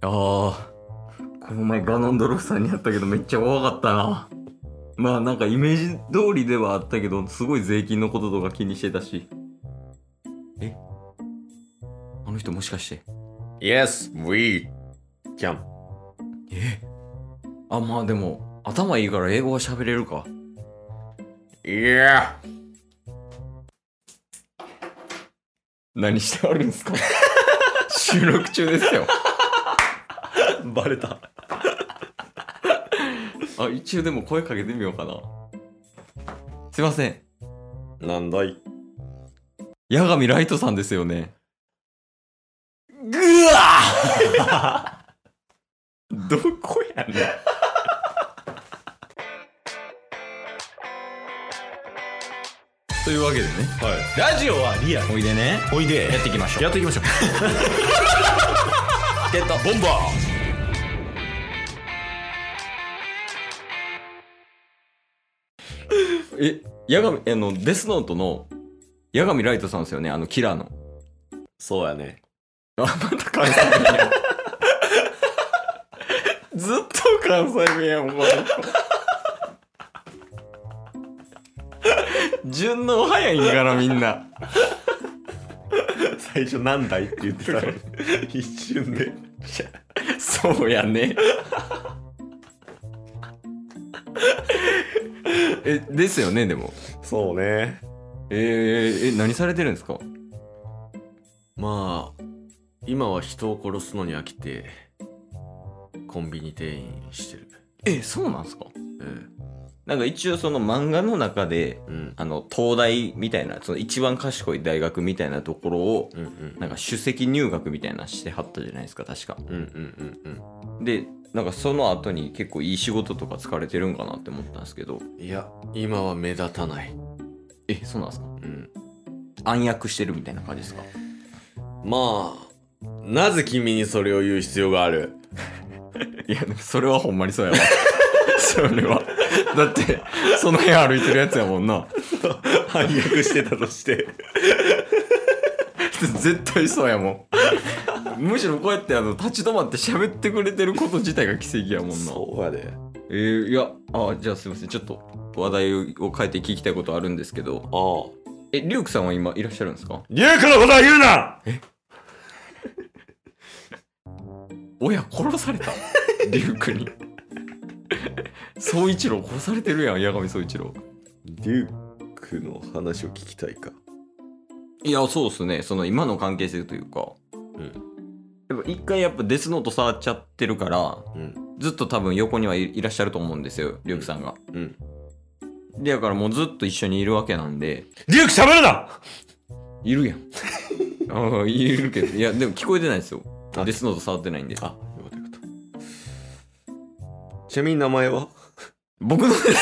あーこの前ガノンドルフさんに会ったけどめっちゃ怖かったなまあなんかイメージ通りではあったけどすごい税金のこととか気にしてたしえあの人もしかして Yes, we can. えあまあでも頭いいから英語は喋れるか Yeah. 何してあるんです か収録中ですよバレた。あ一応でも声かけてみようかなすいませんなんだい八神ライトさんですよねぐわどこやねんというわけでねはい。ラジオはリアル。おいでねおいで。やっていきましょうやっていき ましょう。ゲットボンバえ八神あのデスノートの八神ライトさんですよねあのキラーのそうやね。あまた関西弁や ずっと関西弁やもんこの人 順応早いんかなみんな最初なんだいって言ってたの に一瞬で。そうやね。 え、ですよね、でも。そうね。えー、え、何されてるんですかまあ今は人を殺すのに飽きてコンビニ店員してるえ、そうなんですかうんなんか一応その漫画の中で、うんあの、東大みたいな、その一番賢い大学みたいなところを、うんうんなんか首席入学みたいなしてはったじゃないですか、確か。うんうんうんで、なんかその後に結構いい仕事とか疲れてるんかなって思ったんですけど、うんいや今は目立たないえ、そうなんですかうん暗躍してるみたいな感じですかまあなぜ君にそれを言う必要があるいや、でもそれはほんまにそうやわ。 それは。だって、その辺歩いてるやつやもんな。 反逆してたと して。絶対そうやもん。むしろこうやってあの立ち止まって喋ってくれてること自体が奇跡やもんな。そうやで。えー、いや、あ、じゃあすいません。ちょっと話題を変えて聞きたいことあるんですけど、ああ。え、リュウクさんは今いらっしゃるんですかリュウクのことは言うな親殺された。リュウクに。総一郎殺されてるやん、八神総一郎。リュウクの話を聞きたいか。いや、そうっすね。その今の関係性というか。うん。やっぱ一回やっぱデスノート触っちゃってるから、うんずっと多分横にはいいらっしゃると思うんですよ、リュウクさんが。うんで、だからもうずっと一緒にいるわけなんで、リュウク喋るないるやん。 ああ、いるけど。いや、でも聞こえてないですよあ。デスノート触ってないんで。あ、よかったよかった。ちなみに名前は僕のですか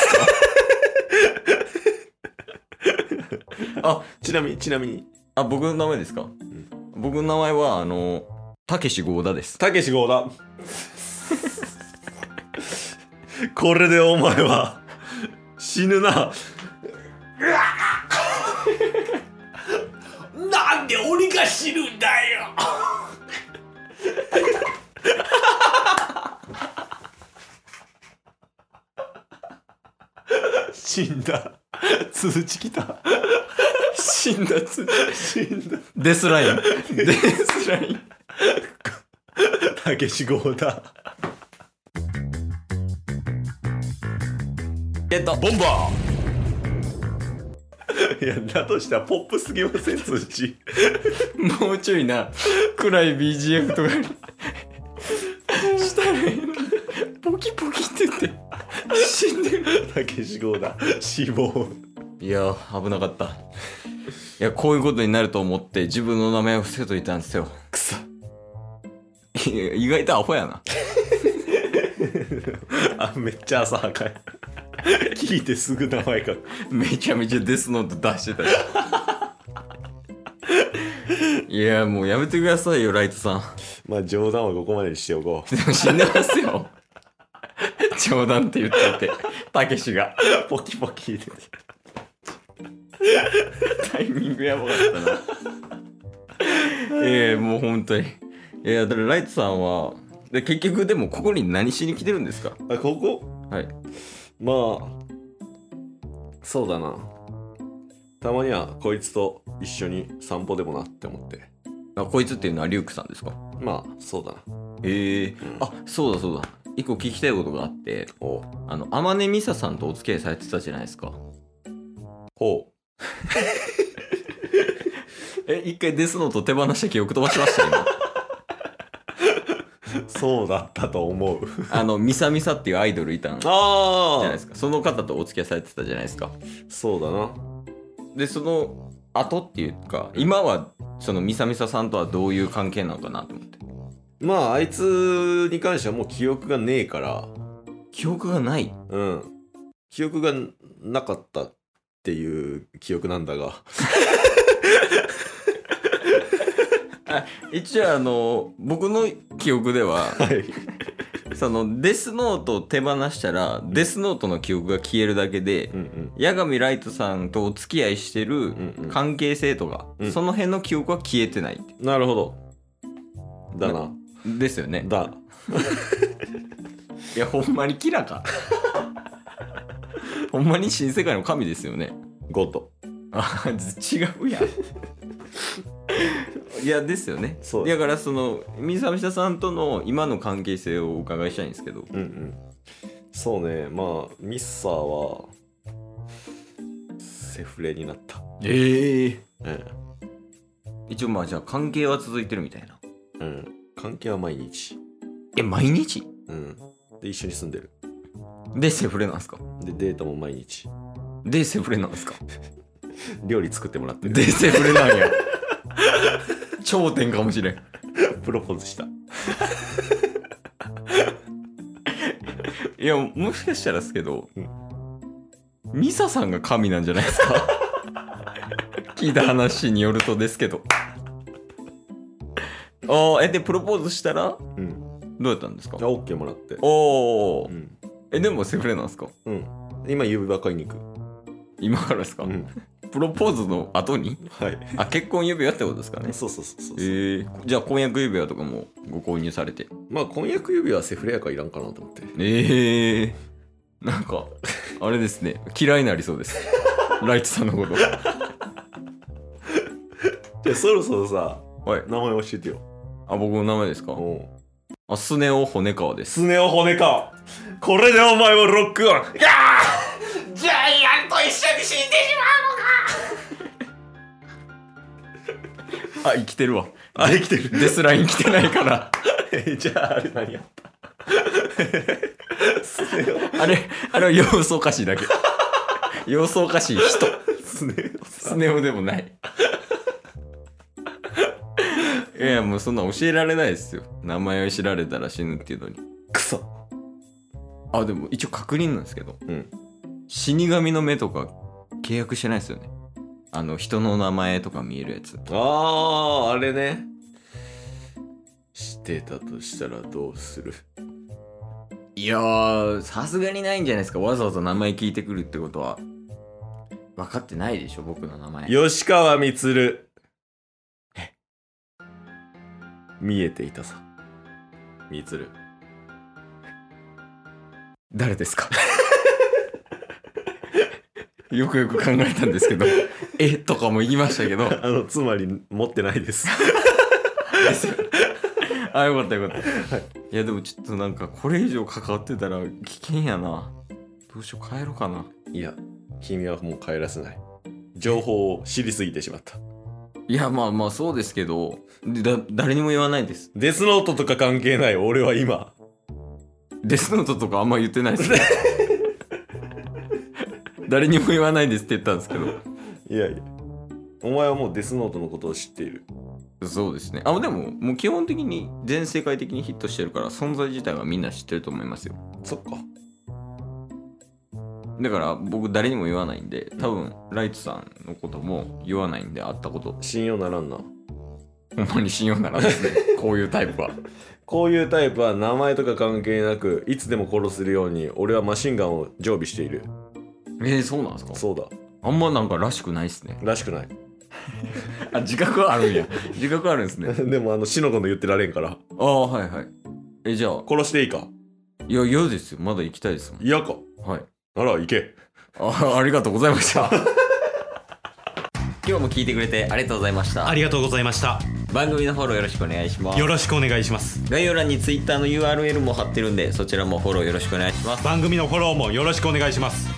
あ、ちなみに、ちなみに。あ、僕の名前ですか、僕の名前は、あの、たけしゴーダです。たけし号だ。これでお前は死ぬな。なんで俺が死ぬんだよ死んだ。通知来た。死んだつ。死んだ。デスライン。 デスライン。たけし号だ。ゲットボンバーいや、だとしたらポップすぎません、通知。 もうちょいな暗い BGM とかにしたらいいのにポキポキって言って死んでるたけし号だ。死亡。いやー危なかったいやこういうことになると思って自分の名前を伏せといたんですよくそ。いや意外とアホやなあ、めっちゃ朝赤い。聞いてすぐ名前書く。めちゃめちゃデスノート出してたしいやもうやめてくださいよライトさんまあ冗談はここまでにしておこう。でも死んでますよ冗談って言っていてたけしがポキポキで。タイミングやばかったなええもう本当にいやだからライトさんはで結局でもここに何しに来てるんですかあここはいまあそうだなたまにはこいつと一緒に散歩でもなって思ってあこいつっていうのはリュークさんですかまあそうだなへえうんあそうだそうだ一個聞きたいことがあっておうあの天音美沙さんとお付き合いされてたじゃないですかほえ一回デスノート手放した記憶飛ばしました今うそうだったと思う あのミサミサっていうアイドルいたんじゃないあですかその方とお付き合いされてたじゃないですかそうだなでその後っていうか今はそのミサミサさんとはどういう関係なのかなと思ってまああいつに関してはもう記憶がねえから記憶がないうん記憶がなかったっていう記憶なんだが一応あの僕の記憶でははい そのデスノートを手放したらデスノートの記憶が消えるだけでうんうん八神ライトさんとお付き合いしてるうんうん関係性とか、うんその辺の記憶は消えてないってなるほどだなですよねだいやほんまにキラか ほんまに新世界の神ですよねゴトあ違うやん いやですよねそうだからその水上下さんとの今の関係性をお伺いしたいんですけどうんうんそうねまあミッサーはセフレになったええうん、一応まあじゃあ関係は続いてるみたいなうん、関係は毎日え毎日うんで一緒に住んでるでセフレなんですかでデートも毎日でセフレなんですか料理作ってもらってるでセフレなん や頂点かもしれんプロポーズしたいやもしかしたらですけど、うんミサさんが神なんじゃないです か聞いた話によるとですけどああえでプロポーズしたらうんどうやったんですかあ OK もらっておお、うん、えでもセフレなんですかうん、今指輪買いに行く今からですか、うんプロポーズの後にはいあ結婚指輪ってことですかね そうそうそうそう、えー、じゃあ婚約指輪とかもご購入されてまあ婚約指輪はセフレやからいらんかなと思ってええー、なんかあれですね嫌いになりそうです ライトさんのことじゃあそろそろさはい名前教えてよあ僕の名前ですかおうあスネオ骨川ですスネ夫骨かこれでお前はロックオンジャイアンと一緒に死んでしあ生きてるわあ生きてるデスライン来てないからじゃああれ何やった スネあれあれは様子おかしいだけ様子おかしい人夫スネ夫スネオでもないいやもうそんなん教えられないですよ名前を知られたら死ぬっていうのにクソあでも一応確認なんですけど、うん死神の目とか契約してないですよねあの人の名前とか見えるやつあああれねしてたとしたらどうするいやーさすがにないんじゃないですかわざわざ名前聞いてくるってことは分かってないでしょ僕の名前吉川充見えていたさ充誰ですか よくよく考えたんですけど 「え」とかも言いましたけど あのつまり持ってないです あよかったよかった、い、やでもちょっとなんかこれ以上関わってたら危険やなどうしよう帰ろうかないや君はもう帰らせない情報を知りすぎてしまったいやまあまあそうですけどでだ誰にも言わないですデスノートとか関係ない俺は今デスノートとかあんま言ってない ですね誰にも言わないですって言ったんですけどいやいやお前はもうデスノートのことを知っているそうですねあでももう基本的に全世界的にヒットしてるから存在自体はみんな知ってると思いますよそっかだから僕誰にも言わないんで多分ライトさんのことも言わないんで会ったこと信用ならんなほんまに信用ならですねこういうタイプはこういうタイプは名前とか関係なくいつでも殺せるように俺はマシンガンを常備しているえー、そうなんですかそうだあんまなんからしくないっすねらしく ない あ自覚はあるんや自覚あるんですねでもあのシノコの言ってられんからああはいはいえ、じゃあ、殺していいかいや、嫌ですよ。まだ行きたいですも嫌かん。はい。なら行けあありがとうございました。今日も聞いてくれてありがとうございましたあ。りがとうございました番組のフォローよろしくお願いしますよ。ろしくお願いします概要欄に Twitter の URL も貼ってるんで、そちらもフォローよろしくお願いします。番組のフォローもよろしくお願いします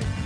ます